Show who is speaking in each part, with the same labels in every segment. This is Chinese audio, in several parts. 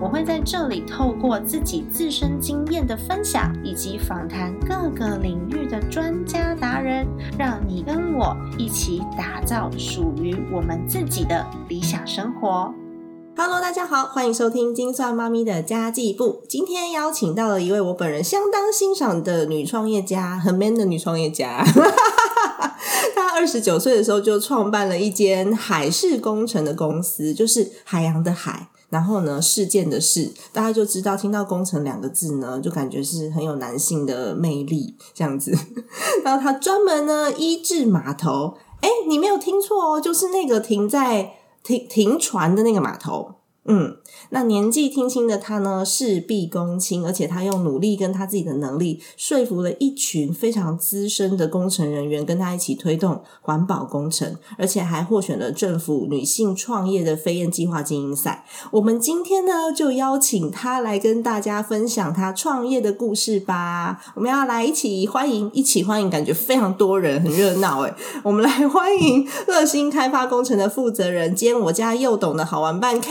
Speaker 1: 我会在这里透过自己自身经验的分享，以及访谈各个领域的专家达人，让你跟我一起打造属于我们自己的理想生活。
Speaker 2: Hello，大家好，欢迎收听金算妈咪的家计部。今天邀请到了一位我本人相当欣赏的女创业家，很 man 的女创业家。 她二十九岁的时候就创办了一间海事工程的公司，就是海洋的海，然后呢事件的事，大家就知道听到工程两个字呢，就感觉是很有男性的魅力这样子。 然后她专门呢医治码头，哎，你没有听错哦，就是那个停在。停停船的那个码头。嗯，那年纪轻轻的他呢，事必躬亲，而且他用努力跟他自己的能力，说服了一群非常资深的工程人员，跟他一起推动环保工程，而且还获选了政府女性创业的飞燕计划精英赛。我们今天呢，就邀请他来跟大家分享他创业的故事吧。我们要来一起欢迎，一起欢迎，感觉非常多人，很热闹哎诶。我们来欢迎乐兴开发工程的负责人兼我家幼董的好玩伴 K。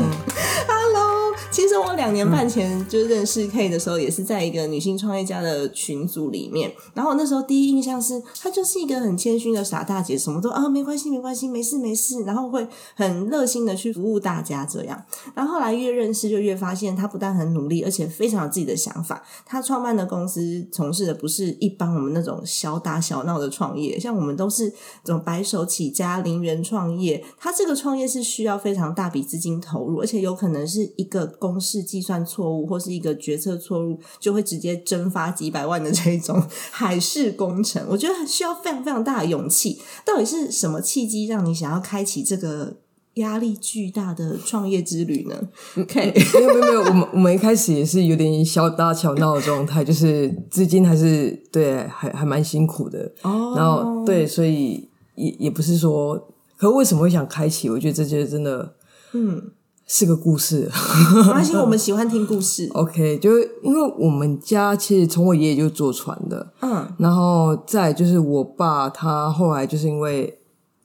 Speaker 2: Hello，其实我两年半前就认识 K 的时候，也是在一个女性创业家的群组里面。然后我那时候第一印象是，她就是一个很谦虚的傻大姐，什么都啊没关系，没关系，没事没事。然后会很热心的去服务大家这样。然后后来越认识，就越发现她不但很努力，而且非常有自己的想法。她创办的公司从事的不是一般我们那种小打小闹的创业，像我们都是这种白手起家、零元创业。她这个创业是需要非常大笔资金投入，而且有可能是一个公式计算错误或是一个决策错误，就会直接蒸发几百万的这种 海事工程。我觉得需要非常非常大的勇气。到底是什么契机让你想要开启这个？压力巨大的创业之旅呢？OK，
Speaker 3: 没有没有没有，我们我们一开始也是有点小打小闹的状态，就是资金还是对，还还蛮辛苦的。
Speaker 2: 哦
Speaker 3: 然后对，所以也也不是说，可为什么会想开启？我觉得这些真的
Speaker 2: 嗯，
Speaker 3: 是个故事。
Speaker 2: 没关系，我们喜欢听故事。
Speaker 3: OK，就是因为我们家其实从我爷爷就坐船的，
Speaker 2: 嗯，
Speaker 3: 然后再就是我爸他后来就是因为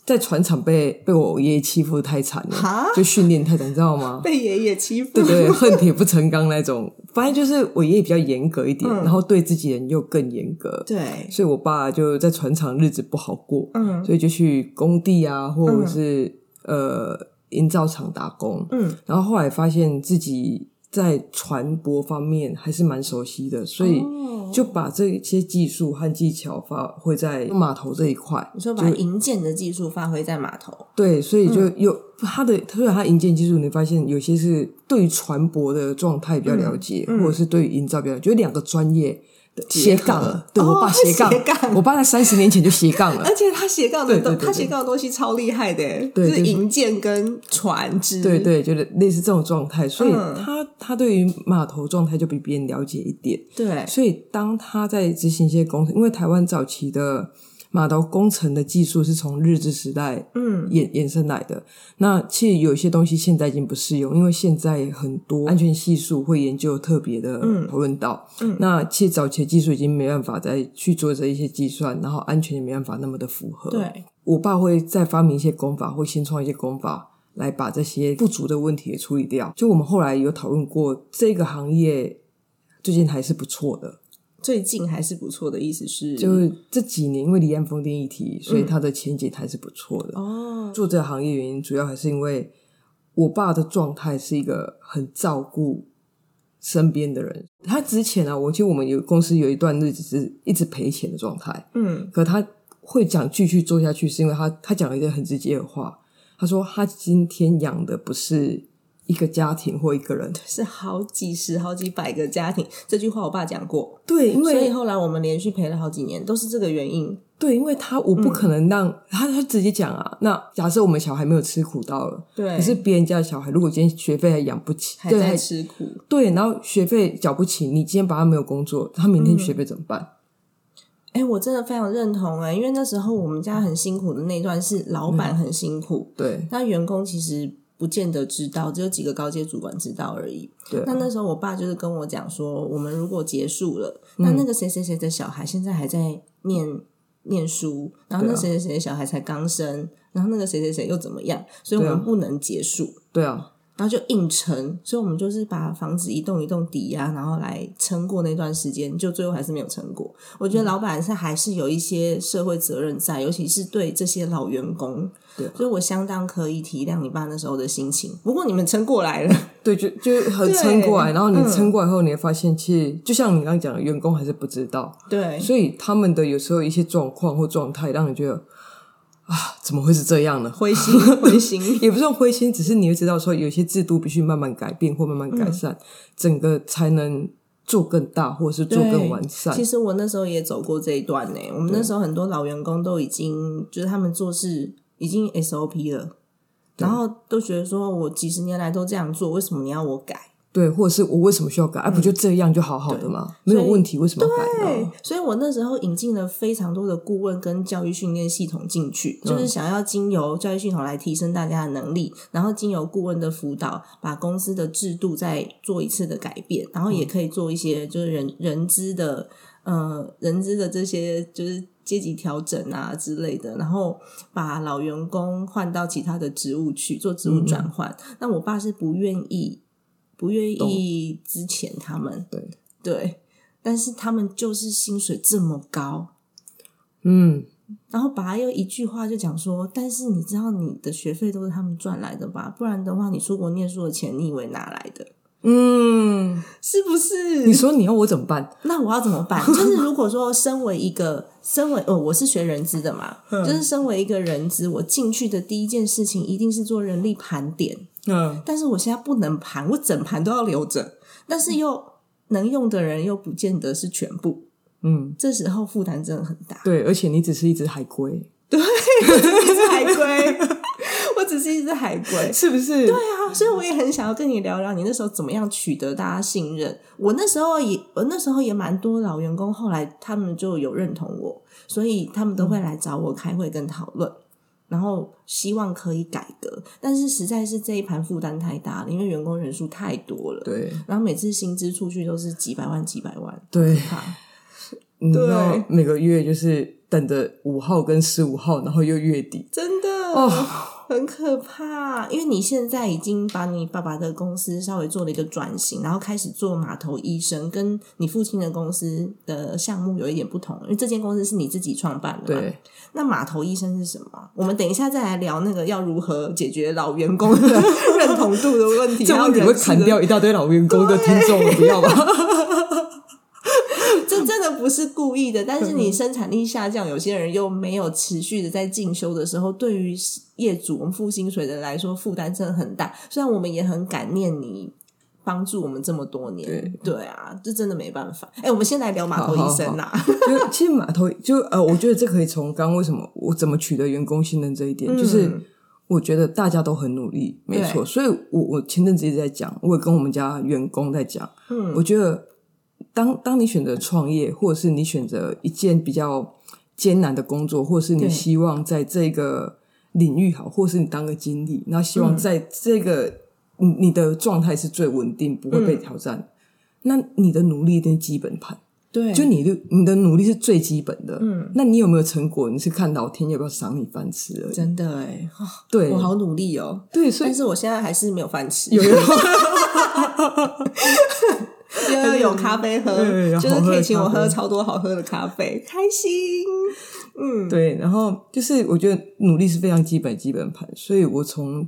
Speaker 3: 在船厂被被我爷爷欺负得太惨
Speaker 2: 哈
Speaker 3: 了，就训练太惨，你知道吗？
Speaker 2: 被爷爷欺负，
Speaker 3: 对对，恨铁不成钢那种。反正就是我爷爷比较严格一
Speaker 2: 嗯
Speaker 3: 点，然后对自己人又更严 格。，
Speaker 2: 对，
Speaker 3: 所以我爸就在船厂日子不好过，
Speaker 2: 嗯
Speaker 3: 所以就去工地啊，或者是、呃营造厂打工。
Speaker 2: 嗯，
Speaker 3: 然后后来发现自己在船舶方面还是蛮熟悉的，所以
Speaker 2: 哦
Speaker 3: 就把这些技术和技巧发挥在码头这一块。
Speaker 2: 你说把银建的技术发挥在码头，
Speaker 3: 对，所以
Speaker 2: 嗯
Speaker 3: 就有、他的，特别他营建技术，你发现有些是对于船舶的状态比较了解，
Speaker 2: 嗯嗯
Speaker 3: 或者是对于营造比较了解，就两个专业的
Speaker 2: 结
Speaker 3: 斜
Speaker 2: 合
Speaker 3: 杠了。对、
Speaker 2: 哦
Speaker 3: 我爸斜杠，
Speaker 2: 斜杠嗯
Speaker 3: 我爸在三十年前就斜杠 了
Speaker 2: 而。且他斜杠的
Speaker 3: 对对
Speaker 2: 东，
Speaker 3: 对对
Speaker 2: 他斜杠的东西超厉害的，就是
Speaker 3: 对就是
Speaker 2: 银建跟船只，
Speaker 3: 对，对，就是类似这种状态，所以
Speaker 2: 嗯
Speaker 3: 他、他对于码头状态就比别人了解一点。
Speaker 2: 对，
Speaker 3: 所以当他在执行一些工程，因为台湾早期的码头工程的技术是从日治时代
Speaker 2: 嗯
Speaker 3: 衍衍生来的。那其实有一些东西现在已经不适用，因为现在很多安全系数会研究特别的
Speaker 2: 嗯
Speaker 3: 讨论到。
Speaker 2: 嗯
Speaker 3: 那其实早期的技术已经没办法再去做这一些计算，然后安全也没办法那么的符合。，
Speaker 2: 对，
Speaker 3: 我爸会再发明一些功法，或新创一些功法。来把这些不足的问题也处理掉。就我们后来有讨论过，这个行业最近还是不错的。
Speaker 2: 最近还是不错的，意思是
Speaker 3: 就是这几年因为离岸风电议题，所
Speaker 2: 嗯
Speaker 3: 以它的前景还是不错的。
Speaker 2: 哦，
Speaker 3: 做这个行业原因主要还是因为我爸的状态是一个很照顾身边的人。他之前啊，我记得我们有公司有一段日子是一直赔钱的状态，
Speaker 2: 嗯
Speaker 3: 可他会讲继续做下去，是因为他他讲了一个很直接的话，他说他今天养的不是一个家庭或一个人，
Speaker 2: 是好几十、好几百个家庭，这句话我爸讲过，
Speaker 3: 对，因
Speaker 2: 所以
Speaker 3: 为
Speaker 2: 后来我们连续赔了好几年，都是这个原因，
Speaker 3: 对，因为他我
Speaker 2: 嗯
Speaker 3: 不可能让、他他直接讲啊。那假设我们小孩没有吃苦到了，
Speaker 2: 对
Speaker 3: 可是别人家的小孩如果今天学费还养不起，
Speaker 2: 还
Speaker 3: 对
Speaker 2: 在吃苦，
Speaker 3: 对，然后学费缴不起，你今天把他没有工作，他明天
Speaker 2: 嗯
Speaker 3: 学费怎么办？
Speaker 2: 哎、我真的非常认同哎、因为那时候我们家很辛苦的那一段是老
Speaker 3: 嗯
Speaker 2: 板很辛苦，
Speaker 3: 对
Speaker 2: 那员工其实不见得知道，只有几个高阶主管知道而已。
Speaker 3: 对啊
Speaker 2: 那那时候我爸就是跟我讲说，我们如果结束了，那
Speaker 3: 嗯
Speaker 2: 那个谁谁谁的小孩现在还在念念书，然后那
Speaker 3: 对啊
Speaker 2: 谁谁谁的小孩才刚生，然后那个谁谁谁又怎么样，所以我
Speaker 3: 对啊
Speaker 2: 们不能结束。
Speaker 3: 对啊，
Speaker 2: 然后就硬撑，所以我们就是把房子一栋一栋抵押，然后来撑过那段时间，就最后还是没有撑过。我
Speaker 3: 嗯
Speaker 2: 觉得老板是还是有一些社会责任在，尤其是对这些老员工，
Speaker 3: 对啊
Speaker 2: 所以我相当可以体谅你爸那时候的心情。不过你们撑过来 了，
Speaker 3: 对，就就很
Speaker 2: 对
Speaker 3: 撑过来，然后你
Speaker 2: 嗯
Speaker 3: 撑过来后，你会发现，其实就像你刚刚讲的，员工还是不知道，
Speaker 2: 对
Speaker 3: 所以他们的有时候一些状况或状态，让你觉得啊，怎么会是这样呢？
Speaker 2: 灰心灰 心，
Speaker 3: 也不算灰心，只是你会知道说，有些制度必须慢慢改变或慢慢
Speaker 2: 嗯
Speaker 3: 改善，整个才能做更大，或者是做更完善
Speaker 2: 其。实我那时候也走过这一段呢、我们那时候很多老员工都已经，就是他们做事已经 SOP 了，
Speaker 3: 对
Speaker 2: 然后都觉得说我几十年来都这样做，为什么你要我改？
Speaker 3: 对，或者是我为什么需要改？哎、不就这样就好好的吗？没有
Speaker 2: 嗯所以
Speaker 3: 问题，为什么要改
Speaker 2: 对
Speaker 3: 呢？，
Speaker 2: 所以我那时候引进了非常多的顾问跟教育训练系统进去，就是想要经由教育系统来提升大家的能力，然后经由顾问的辅导，把公司的制度再做一次的改变，然后也可以做一些就是人人资的呃人资的这些就是。阶级调整啊之类的，然后把老员工换到其他的职务去做职务转换。那我爸是不愿意，不愿意之前他们
Speaker 3: 对
Speaker 2: 对，但是他们就是薪水这么高，
Speaker 3: 嗯，
Speaker 2: 然后爸又一句话就讲说，但是你知道你的学费都是他们赚来的吧？不然的话，你出国念书的钱你以为哪来的？
Speaker 3: 嗯，
Speaker 2: 是不是？
Speaker 3: 你说你要我怎么办？
Speaker 2: 那我要怎么 办？就是如果说身为一个，身为哦，我是学人资的嘛，
Speaker 3: 嗯
Speaker 2: 就是身为一个人资，我进去的第一件事情一定是做人力盘点，
Speaker 3: 嗯，
Speaker 2: 但是我现在不能盘，我整盘都要留着，但是又能用的人又不见得是全部，
Speaker 3: 嗯，
Speaker 2: 这时候负担真的很大。
Speaker 3: 对，而且你只是一只海龟，
Speaker 2: 一只海龟，我只是一只海龟。
Speaker 3: 是不是？对
Speaker 2: 对啊，所以我也很想要跟你聊聊，你那时候怎么样取得大家信任？我那时候也，我那时候也蛮多老员工，后来他们就有认同我，所以他们都会来找我开会跟讨论，然后希望可以改革。但是实在是这一盘负担太大了，因为员工人数太多了，
Speaker 3: 对
Speaker 2: 然后每次薪资出去都是几百万、几百万，
Speaker 3: 对，
Speaker 2: 啊，
Speaker 3: 你知道
Speaker 2: 对
Speaker 3: 每个月就是等着五号跟十五号，然后又月底，
Speaker 2: 真的
Speaker 3: 哦
Speaker 2: 很可怕，因为你现在已经把你爸爸的公司稍微做了一个转型，然后开始做码头医生，跟你父亲的公司的项目有一点不同，因为这间公司是你自己创办的嘛。
Speaker 3: 对，
Speaker 2: 那码头医生是什么？啊我们等一下再来聊那个要如何解决老员工的 认同度的问题。
Speaker 3: 这问题
Speaker 2: 还有
Speaker 3: 会
Speaker 2: 人事的
Speaker 3: 砍掉一大堆老员工的听众，啊不要吧？
Speaker 2: 这真的不是故意的，但是你生产力下降，有些人又没有持续的在进修的时候，对于业主我们付薪水的人来说，负担真的很大。虽然我们也很感念你帮助我们这么多年，对啊，这真的没办法。哎，我们先来聊码头医生啊啦，
Speaker 3: 就其实码头，就呃，我觉得这可以从刚刚为什么我怎么取得员工信任这一点，就是
Speaker 2: 嗯
Speaker 3: 我觉得大家都很努力，没错。所以我我前阵子一直在讲，我也跟我们家员工在讲，
Speaker 2: 嗯
Speaker 3: 我觉得当当你选择创业，或者是你选择一件比较艰难的工作，或是
Speaker 2: 对
Speaker 3: 你希望在这个领域好，或是你当个经理，那希
Speaker 2: 嗯
Speaker 3: 望在这个你你的状态是最稳定，不会被挑战。那你的努力一定是基本盘，
Speaker 2: 嗯对，
Speaker 3: 就你的你的努力是最基本的。
Speaker 2: 嗯，
Speaker 3: 那你有没有成果？你是看老天要不要赏你饭吃而已。
Speaker 2: 真的哎、哦
Speaker 3: 对
Speaker 2: 我好努力哦，
Speaker 3: 对，所以
Speaker 2: 但是我现在还是没有饭吃，
Speaker 3: 有有
Speaker 2: 又要有咖啡喝
Speaker 3: 对，嗯有
Speaker 2: 就是
Speaker 3: 好喝
Speaker 2: 可以
Speaker 3: 的
Speaker 2: 请我
Speaker 3: 咖啡
Speaker 2: 喝超多好喝的咖啡，开心。嗯，
Speaker 3: 对，然后就是我觉得努力是非常基本的基本盘，所以我从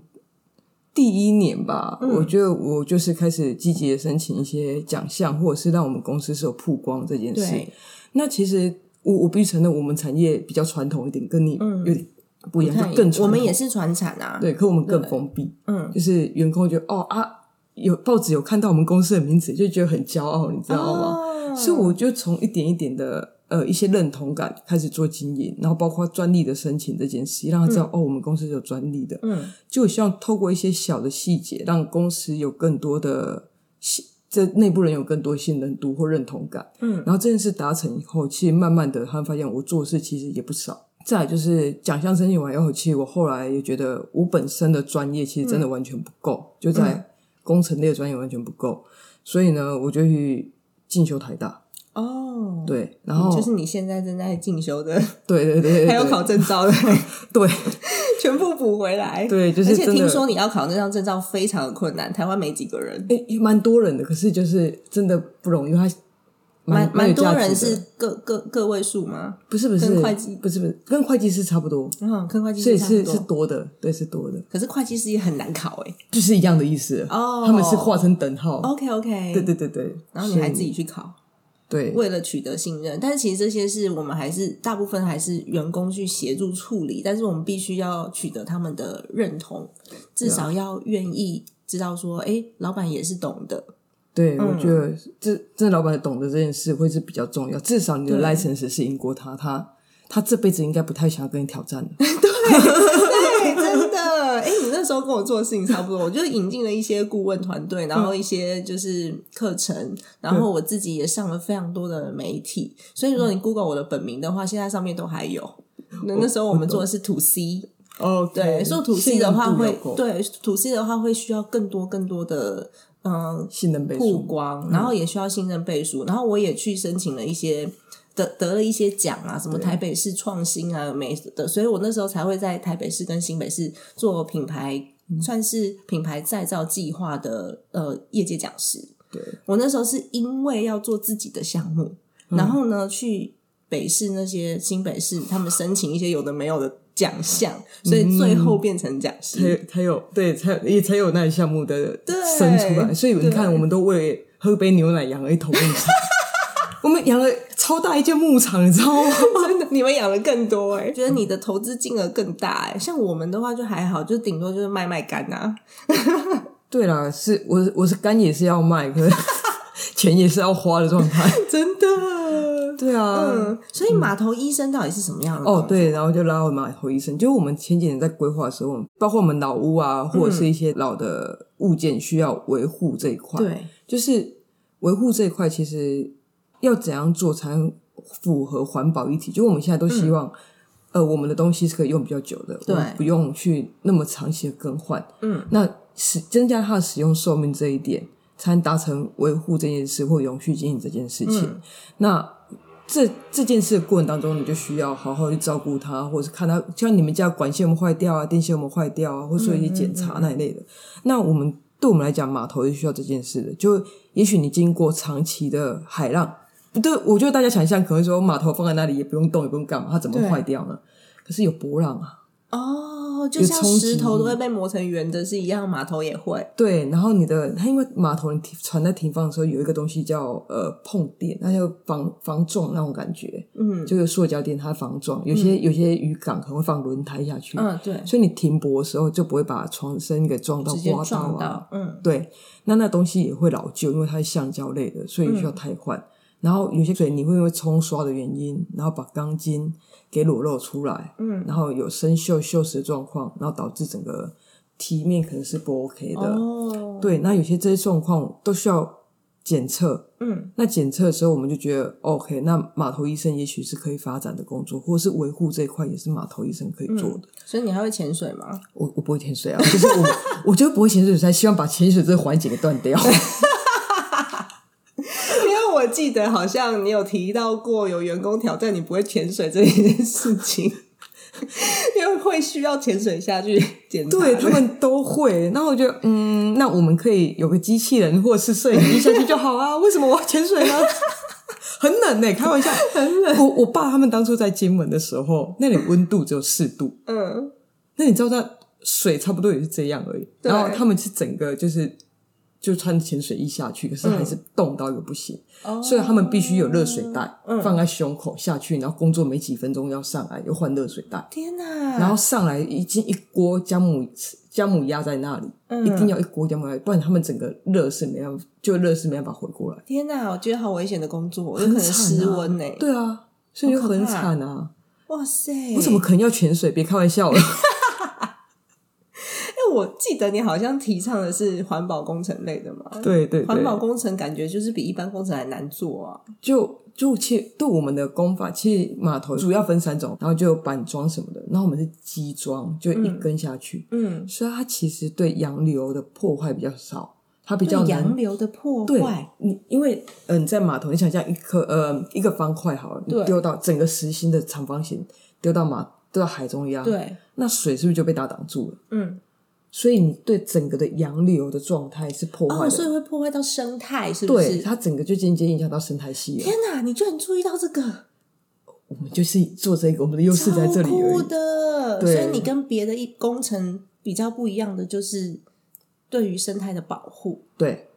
Speaker 3: 第一年吧，
Speaker 2: 嗯
Speaker 3: 我觉得我就是开始积极的申请一些奖项，或者是让我们公司是有曝光这件事
Speaker 2: 对。，
Speaker 3: 那其实我我必须承认，我们产业比较传统一点，跟你
Speaker 2: 嗯
Speaker 3: 有点不一样，
Speaker 2: 看
Speaker 3: 就更传统哦
Speaker 2: 我们也是传产啊，
Speaker 3: 对，可我们更
Speaker 2: 对
Speaker 3: 封闭，
Speaker 2: 嗯，
Speaker 3: 就是员工觉得哦啊。有报纸有看到我们公司的名字，就觉得很骄傲，你知道吗？
Speaker 2: 哦
Speaker 3: 所以我就从一点一点的，嗯、呃一些认同感，开始做经营，然后包括专利的申请这件事，让他知道、哦，我们公司是有专利的，
Speaker 2: 嗯
Speaker 3: 就希望透过一些小的细节，让公司有更多的信，这内部人有更多信任度或认同感。
Speaker 2: 嗯
Speaker 3: 然后这件事达成以后，其实慢慢的，他们发现我做的事其实也不少。再来就是奖项申请完以后，其实我后来也觉得我本身的专业其实真的完全不够，就在工程类的专业完全不够，所以呢，我就去进修台大。
Speaker 2: 哦，，
Speaker 3: 对，然后
Speaker 2: 就是你现在正在进修的，
Speaker 3: 对对对对，对
Speaker 2: 还有考证 照的，
Speaker 3: 对
Speaker 2: 全部补回来。，
Speaker 3: 对，就是
Speaker 2: 而且
Speaker 3: 真的
Speaker 2: 听说你要考那张证照非常的困难，台湾没几个人，
Speaker 3: 诶、蛮多人的，可是就是真的不容易，因为他
Speaker 2: 蛮
Speaker 3: 蛮有
Speaker 2: 多
Speaker 3: 价值
Speaker 2: 人
Speaker 3: 的
Speaker 2: 是个个个位数吗？
Speaker 3: 不是不是
Speaker 2: 跟会计
Speaker 3: 不是不是跟会计师差不多，
Speaker 2: 嗯，跟会计
Speaker 3: 所
Speaker 2: 师
Speaker 3: 以
Speaker 2: 差不
Speaker 3: 是
Speaker 2: 多
Speaker 3: 是多的，对是多的，
Speaker 2: 可是会计师也很难考哎、
Speaker 3: 就是一样的意思。
Speaker 2: 哦
Speaker 3: 他们是画成等号。
Speaker 2: OK OK，
Speaker 3: 对对对对，
Speaker 2: 然后你还
Speaker 3: 所以
Speaker 2: 自己去考，
Speaker 3: 对
Speaker 2: 为了取得信任。但是其实这些是我们还是大部分还是员工去协助处理，但是我们必须要取得他们的认同，至少要愿意知道说，哎、老板也是懂的。
Speaker 3: 对，
Speaker 2: 嗯
Speaker 3: 我觉得这这老板懂得这件事会是比较重要，至少你的
Speaker 2: 对
Speaker 3: license 是赢过他，他他这辈子应该不太想要跟你挑 战了。
Speaker 2: 对，真的，哎、你那时候跟我做的事情差不多，我就引进了一些顾问团队，然后一些就是课程，然后我自己也上了非常多的媒体，所以如果你 Google 我的本名的话，现在上面都还有。那那时嗯候我们做的是 to C，
Speaker 3: 哦，
Speaker 2: 对，做 to C 的话会
Speaker 3: 对
Speaker 2: 对 to C 的话会需要更多更多的嗯
Speaker 3: 信任倍
Speaker 2: 曝
Speaker 3: 数，
Speaker 2: 光，然后也需要信任背书，然后我也去申请了一些得得了一些奖啊，什么台北市创新啊美的，所以我那时候才会在台北市跟新北市做品牌，
Speaker 3: 嗯
Speaker 2: 算是品牌再造计划的呃业界讲师。
Speaker 3: 对，
Speaker 2: 我那时候是因为要做自己的项目，
Speaker 3: 嗯
Speaker 2: 然后呢去北市那些新北市，他们申请一些有的没有的奖项，所以最后变成讲师。
Speaker 3: 才才有嗯对才也才有那个项目的
Speaker 2: 对
Speaker 3: 生出来，所以你看，
Speaker 2: 对
Speaker 3: 我们都为喝杯牛奶养了一头牧场，我们养了超大一间牧场，你知道吗？
Speaker 2: 真的，你们养的更多哎、觉得你的投资金额更大哎、像我们的话就还好，就顶多就是卖卖干啊。
Speaker 3: 对啦，是我我是肝也是要卖，可是钱也是要花的状态。
Speaker 2: 真的。
Speaker 3: 对啊，
Speaker 2: 嗯，所以码头医生到底是什么样的？
Speaker 3: 哦，，对，然后就拉回马头医生，就我们前几年在规划的时候，我们包括我们老屋啊，或者是一些老的物件需要维护这一块，，
Speaker 2: 对，
Speaker 3: 就是维护这一块，其实要怎样做才能符合环保议题？就我们现在都希望，呃，我们的东西是可以用比较久的，
Speaker 2: 嗯对
Speaker 3: 我们不用去那么长期的更换，
Speaker 2: 嗯，
Speaker 3: 那使增加它的使用寿命这一点，才能达成维护这件事或永续经营这件事情。
Speaker 2: 嗯
Speaker 3: 那这这件事的过程当中，你就需要好好去照顾它，或者是看它，像你们家管线有没有坏掉啊，电线有没有坏掉啊，或做一些检查那一类的。那我们对我们来讲，码头是需要这件事的。就也许你经过长期的海浪，不对，我觉得大家想象可能说码头放在那里也不用动，也不用干嘛，它怎么会
Speaker 2: 对
Speaker 3: 坏掉呢？可是有波浪啊，
Speaker 2: 哦，就像
Speaker 3: 有冲击
Speaker 2: 石头都会被磨成圆的是一样，码头也会。
Speaker 3: 对，然后你的它因为码头你停船在停放的时候有一个东西叫呃碰垫，它就防防撞那种感觉，
Speaker 2: 嗯，
Speaker 3: 就是塑胶垫它防撞。有些、有些渔港可能会放轮胎下去，
Speaker 2: 嗯，对，
Speaker 3: 所以你停泊的时候就不会把船身给撞到、
Speaker 2: 直接
Speaker 3: 刮到
Speaker 2: 撞
Speaker 3: 啊。
Speaker 2: 到，嗯，
Speaker 3: 对，那那东西也会老旧，因为它是橡胶类的，所以需要汰
Speaker 2: 嗯
Speaker 3: 换。然后有些水你会因为冲刷的原因，然后把钢筋给裸露出来，
Speaker 2: 嗯
Speaker 3: 然后有生锈、锈蚀的状况，然后导致整个体面可能是不 OK 的。
Speaker 2: 哦，，
Speaker 3: 对，那有些这些状况都需要检测。
Speaker 2: 嗯，
Speaker 3: 那检测的时候，我们就觉得 OK，那码头医生也许是可以发展的工作，或是维护这一块也是码头医生可以做的。
Speaker 2: 所以你还会潜水吗？
Speaker 3: 我我不会潜水 啊，就是我我觉得不会潜水才希望把潜水这个环节给断掉。
Speaker 2: 因为我记得好像你有提到过有员工挑战你不会潜水这一件事情，因为会需要潜水下去检查。
Speaker 3: 对他们都会，那我觉得嗯，那我们可以有个机器人或者是摄影机下去就好啊，为什么我要潜水呢？ 很冷呢、开玩笑， 很冷。我我爸他们当初在金门的时候，那里温度只有四度，
Speaker 2: 嗯，
Speaker 3: 那你知道那水差不多也是这样而已。
Speaker 2: 对
Speaker 3: 然后他们是整个就是就穿潜水衣下去，可是还是冻到一个不行，
Speaker 2: 哦
Speaker 3: 所以他们必须有热水袋、
Speaker 2: 嗯
Speaker 3: 放在胸口下去，然后工作没几分钟要上来又换热水袋，
Speaker 2: 天哪！
Speaker 3: 然后上来已经一锅姜母姜母鸭在那里，
Speaker 2: 嗯
Speaker 3: 一定要一锅姜母鸭，不然他们整个热是没办法，就热是没办法回过来。
Speaker 2: 天哪，我觉得好危险的工作，有可能
Speaker 3: 很惨啊
Speaker 2: 失温呢、
Speaker 3: 对啊，所以就
Speaker 2: 好可
Speaker 3: 很
Speaker 2: 怕哎
Speaker 3: 惨啊！
Speaker 2: 哇塞！
Speaker 3: 我怎么可能要潜水？别开 玩笑
Speaker 2: 因
Speaker 3: 了。
Speaker 2: 为哎我记得你好像提倡的是环保工程类的嘛？
Speaker 3: 对对对，
Speaker 2: 环保工程感觉就是比一般工程还难做啊。
Speaker 3: 就就其实对我们的工法，其实码头主要分三种，然后就有板桩什么的，然后我们是基桩，就一根下去，
Speaker 2: 嗯，
Speaker 3: 所以它其实对洋流的破坏比较少，它比
Speaker 2: 对
Speaker 3: 较难
Speaker 2: 洋流的破
Speaker 3: 对
Speaker 2: 坏，
Speaker 3: 你，因为嗯、你在码头，你想象一颗呃一个方块好了，你
Speaker 2: 对
Speaker 3: 丢到整个实心的长方形丢到码丢到海中央，，
Speaker 2: 对，
Speaker 3: 那水是不是就被它挡住了？
Speaker 2: 嗯，
Speaker 3: 所以你对整个的洋流的状态是破坏
Speaker 2: 哦，
Speaker 3: 的，
Speaker 2: 所以会破坏到生态，是不
Speaker 3: 对
Speaker 2: 是？
Speaker 3: 它整个就间接影响到生态系了
Speaker 2: 天。哪，你居然注意到这个，
Speaker 3: 我们就是做这个，我们的优势
Speaker 2: 超
Speaker 3: 在这里而
Speaker 2: 酷
Speaker 3: 已。
Speaker 2: 的。所
Speaker 3: 对
Speaker 2: 以你跟别的一工程比较不一样的，就是对于生态的保护。
Speaker 3: 对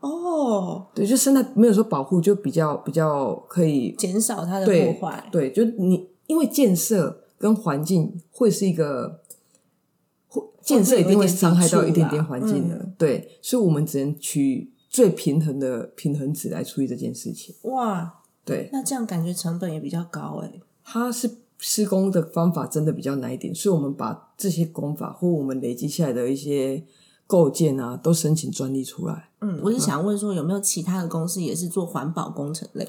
Speaker 2: 哦，
Speaker 3: 对，就生态没有说保护，就比较比较可以
Speaker 2: 减少它的
Speaker 3: 对
Speaker 2: 破坏。
Speaker 3: 对，就你因为建设跟环境会是一个，会建设一定会伤害到一点点环境的，
Speaker 2: 嗯
Speaker 3: 对，所以我们只能取最平衡的平衡值来处理这件事情。
Speaker 2: 哇，
Speaker 3: 对，
Speaker 2: 那这样感觉成本也比较高哎、
Speaker 3: 它是施工的方法真的比较难一点，所以我们把这些工法或我们累积下来的一些构件啊，都申请专利出来。
Speaker 2: 嗯，我是想问说，有没有其他的公司也是做环保工程类？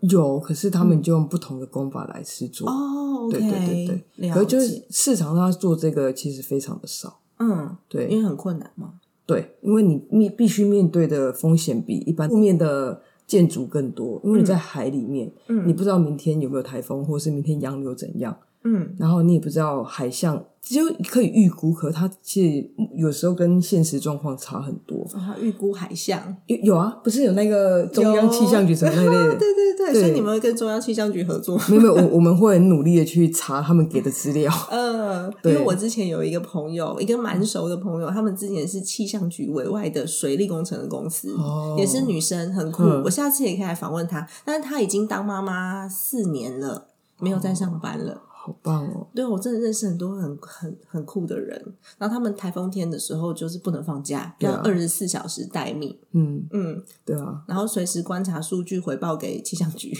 Speaker 3: 有，可是他们就用不同的工法来施作。
Speaker 2: 嗯哦，OK，
Speaker 3: 对对对对，
Speaker 2: 了
Speaker 3: 可是就
Speaker 2: 解
Speaker 3: 是市场上做这个其实非常的少，
Speaker 2: 嗯，
Speaker 3: 对，
Speaker 2: 因为很困难嘛。
Speaker 3: 对，因为你面必须面对的风险比一般路面的建筑更多，因为你在海里面，
Speaker 2: 嗯
Speaker 3: 你不知道明天有没有台风，或是明天洋流怎样，
Speaker 2: 嗯，
Speaker 3: 然后你也不知道海象，就可以预估，可它其实有时候跟现实状况差很多。
Speaker 2: 然后嗯预估海象，
Speaker 3: 有有啊，不是有那个中央气象局什么那一类的。
Speaker 2: 对对对，
Speaker 3: 对
Speaker 2: 所以你们会跟中央气象局合作。
Speaker 3: 没有没有，我我们会很努力的去查他们给的资料。
Speaker 2: 嗯，因
Speaker 3: 对
Speaker 2: 为我之前有一个朋友，一个蛮熟的朋友，他们之前是气象局委外的水利工程的公司，
Speaker 3: 哦
Speaker 2: 也是女生，很酷。
Speaker 3: 嗯
Speaker 2: 我下次也可以来访问她，但是她已经当妈妈四年了，没有在上班了。
Speaker 3: 好棒哦！
Speaker 2: 对我真的认识很多很很很酷的人，然后他们台风天的时候就是不能放假，
Speaker 3: 对
Speaker 2: 要
Speaker 3: 啊
Speaker 2: 二十四小时待命，
Speaker 3: 嗯，
Speaker 2: 嗯，
Speaker 3: 对啊，
Speaker 2: 然后随时观察数据回报给气象局。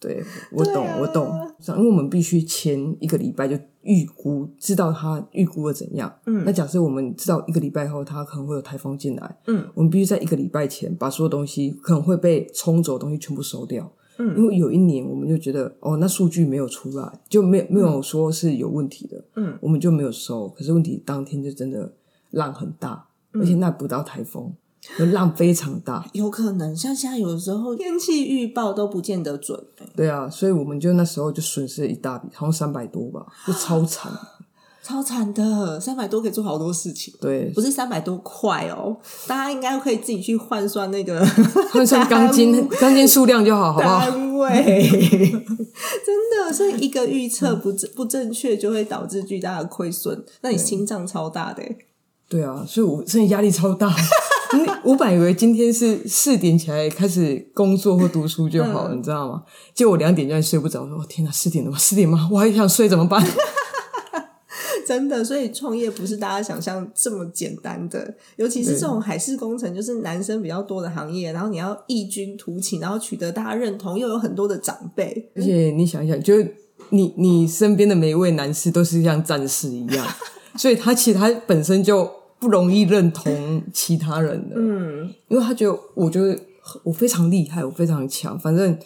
Speaker 3: 对，我
Speaker 2: 对
Speaker 3: 懂，
Speaker 2: 啊
Speaker 3: 我懂，因为我们必须前一个礼拜就预估，知道它预估的怎样。
Speaker 2: 嗯
Speaker 3: 那假设我们知道一个礼拜后它可能会有台风进来，
Speaker 2: 嗯，
Speaker 3: 我们必须在一个礼拜前把所有东西可能会被冲走的东西全部收掉。
Speaker 2: 嗯
Speaker 3: 因为有一年我们就觉得哦，那数据没有出来，就没有没有说是有问题的，
Speaker 2: 嗯，
Speaker 3: 我们就没有收。可是问题当天就真的浪很大，
Speaker 2: 嗯
Speaker 3: 而且那不到台风，就浪非常大。
Speaker 2: 有可能像现在有的时候天气预报都不见得准、欸
Speaker 3: 对啊，所以我们就那时候就损失了一大笔，好像三百多吧，就超惨。
Speaker 2: 超惨的，三百多可以做好多事情，
Speaker 3: 对
Speaker 2: 不，是三百多块哦，大家应该可以自己去换算那个
Speaker 3: 换算钢筋钢筋数量就好，好不好？
Speaker 2: 单位，真的，所以一个预测不正不正确就会导致巨大的亏损，那你心脏超大的欸、
Speaker 3: 对啊，所以我真的压力超大。因为我本来以为今天是四点起来开始工作或读书就好
Speaker 2: 嗯
Speaker 3: 了，你知道吗？结果我两点就睡不着，我说哦天哪，四点了吗？四点吗？我还想睡怎么办？
Speaker 2: 真的，所以创业不是大家想象这么简单的，尤其是这种海事工程，就是男生比较多的行业，然后你要异军突起，然后取得大家认同，又有很多的长辈，
Speaker 3: 而且你想一想，就是你你身边的每一位男士都是像战士一样，所以他其实他本身就不容易认同其他人的，
Speaker 2: 嗯，
Speaker 3: 因为他觉得我觉得我非常厉害，我非常强，反正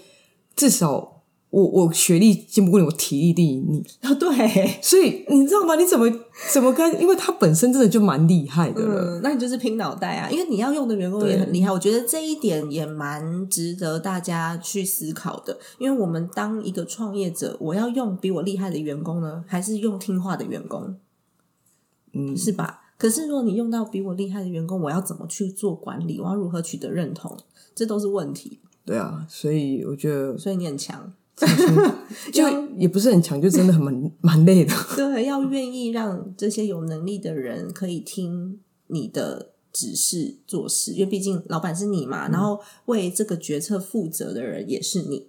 Speaker 3: 至少我我学历进不过你，我体力第一你，
Speaker 2: 啊，对，
Speaker 3: 所以你知道吗？你怎么怎么跟？因为他本身真的就蛮厉害的了，
Speaker 2: 嗯，那你就是拼脑袋啊，因为你要用的员工也很厉害，我觉得这一点也蛮值得大家去思考的，因为我们当一个创业者，我要用比我厉害的员工呢，还是用听话的员工？
Speaker 3: 嗯，
Speaker 2: 是吧？可是如果你用到比我厉害的员工，我要怎么去做管理？我要如何取得认同？这都是问题。
Speaker 3: 对啊，所以我觉得
Speaker 2: 所以你很强，
Speaker 3: 就也不是很强，就真的很蛮蛮累的。
Speaker 2: 对，要愿意让这些有能力的人可以听你的指示做事，因为毕竟老板是你
Speaker 3: 嗯
Speaker 2: 嘛，然后为这个决策负责的人也是你。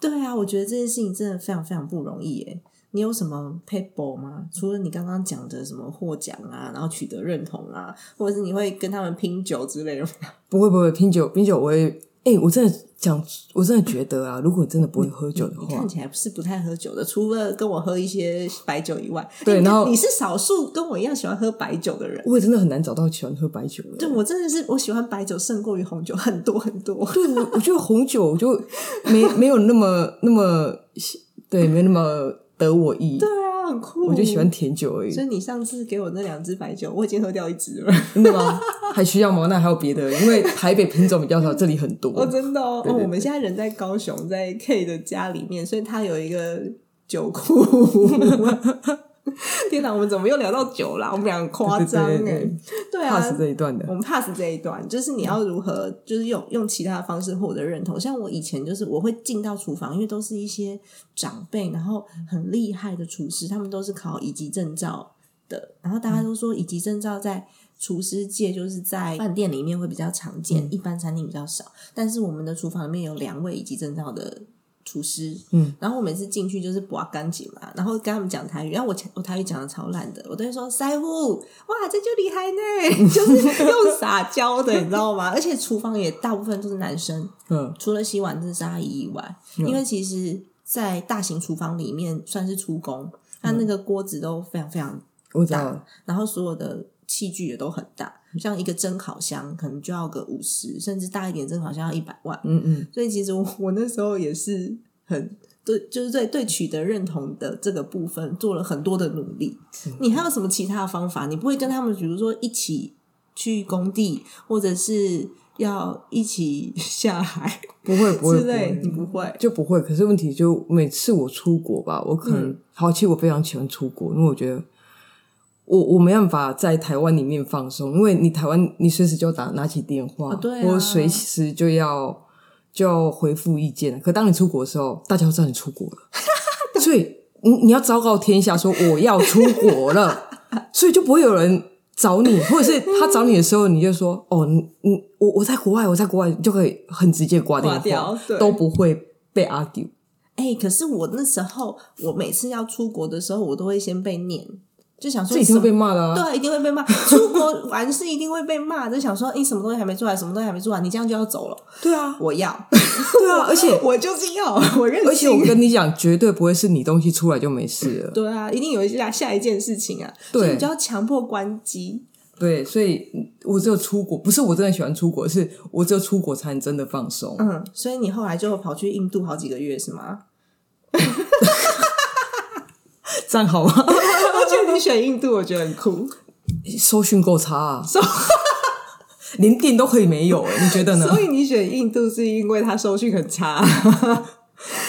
Speaker 2: 对啊，我觉得这件事情真的非常非常不容易耶。你有什么 paper 吗？除了你刚刚讲的什么获奖啊，然后取得认同啊，或者是你会跟他们拼酒之类的吗？
Speaker 3: 不会不会，拼酒拼酒我会哎、我真的讲，我真的觉得啊，如果你真的不会喝酒的
Speaker 2: 你
Speaker 3: 话
Speaker 2: 看，起来不是不太喝酒的，除了跟我喝一些白酒以外，
Speaker 3: 对
Speaker 2: 哎你
Speaker 3: 然后
Speaker 2: 你是少数跟我一样喜欢喝白酒的人。
Speaker 3: 我也真的很难找到喜欢喝白酒的人。
Speaker 2: 对，我真的是我喜欢白酒胜过于红酒很多很多。
Speaker 3: 对我，我觉得红酒我就没没有那么那么 对，没那么得我意。
Speaker 2: 对啊，很酷。
Speaker 3: 我就喜欢。甜酒而已
Speaker 2: 所，以你上次给我那两支白酒，我已经喝掉一 支了。
Speaker 3: 真的吗？还需要吗？那还有别的？因为台北品种比 较少，这里很多。
Speaker 2: 哦，真的哦。
Speaker 3: 对对
Speaker 2: 哦，
Speaker 3: 对
Speaker 2: 我们现在人在高雄，在 K 的家里面，所以他有一个酒 库。天哪，我们怎么又聊到酒啦？我们俩很夸
Speaker 3: 对
Speaker 2: 张
Speaker 3: 对对
Speaker 2: 哎
Speaker 3: 对。
Speaker 2: 对啊，
Speaker 3: pass 这一段的
Speaker 2: 我。们 pass 这一段，就是你要如何，就是用用其他的方式获得认同。像我以前就是我会进到厨房，因为都是一些长辈，然后很厉害的厨师，他们都是考乙级证照的。然后大家都说乙级证照在厨师界就是在饭店里面会比较常
Speaker 3: 嗯
Speaker 2: 见，一般餐厅比较少。但是我们的厨房里面有两位乙级证照的厨师，
Speaker 3: 嗯，
Speaker 2: 然后我每次进去就是不干净嘛，然后跟他们讲台语，然后我前我台语讲的超烂的，我都会说师傅，哇，这就厉害呢， 就是用撒娇的，你知道吗？而且厨房也大部分都是男生，
Speaker 3: 嗯，
Speaker 2: 除了洗碗真的是阿姨以外，
Speaker 3: 嗯
Speaker 2: 因为其实，在大型厨房里面算是出工，它那个锅子都非常非常
Speaker 3: 我知道
Speaker 2: 大
Speaker 3: 了。，
Speaker 2: 然后所有的器具也都很大，像一个蒸烤箱可能就要个五十，甚至大一点蒸烤箱要一百万。
Speaker 3: 嗯嗯，
Speaker 2: 所以其实我我那时候也是很对，就是对对取得认同的这个部分做了很多的努力。
Speaker 3: 嗯
Speaker 2: 你还有什么其他的方法？你不会跟他们，比如说一起去工地，或者是要一起 下海
Speaker 3: 不会不会
Speaker 2: 之
Speaker 3: 不
Speaker 2: 类？
Speaker 3: 会，嗯
Speaker 2: 你不会？
Speaker 3: 就不会。可是问题就每次我出国吧，我可能、
Speaker 2: 嗯
Speaker 3: 好，其实我非常喜欢出国，因为我觉得我我没办法在台湾里面放松，因为你台湾你随时就要打拿起电话，
Speaker 2: 啊对啊
Speaker 3: 或随时就要就要回复意见。可当你出国的时候，大家都知道你出国了，所以你你要昭告天下说我要出国了， 所以就不会有人。找你，或者是他找你的时候，你就说：“哦，你你我我在国外，我在国外，你就可以很直接挂电话，
Speaker 2: 挂掉对
Speaker 3: 都不会被 argue。
Speaker 2: 哎、可是我那时候，我每次要出国的时候，我都会先被念，就想说
Speaker 3: 这已
Speaker 2: 什
Speaker 3: 经
Speaker 2: 么
Speaker 3: 被骂了、啊。
Speaker 2: 对，一定会被骂。出国 玩是一定会被骂，就想说你什么东西还没做完，什么东西还没做完，你这样就要走了。
Speaker 3: 对啊，
Speaker 2: 我要，
Speaker 3: 对啊，而 且
Speaker 2: 我就是要， 我任性。
Speaker 3: 而且我跟你讲，绝对不会是你东西出来就没事了。
Speaker 2: 对啊，一定有一下下一件事情啊，
Speaker 3: 对
Speaker 2: 所以你就要强迫关机。
Speaker 3: 对，所以我只有出国，不是我真的喜欢出国，是我只有出国才能真的放松。
Speaker 2: 嗯，所以你后来就跑去印度好几个月是吗？
Speaker 3: 这样好吗？
Speaker 2: 而且你选印度，我觉得很酷。
Speaker 3: 搜讯够差、啊，连电都可以没有、欸，你觉得呢？
Speaker 2: 所以你选印度是因为它收讯很差。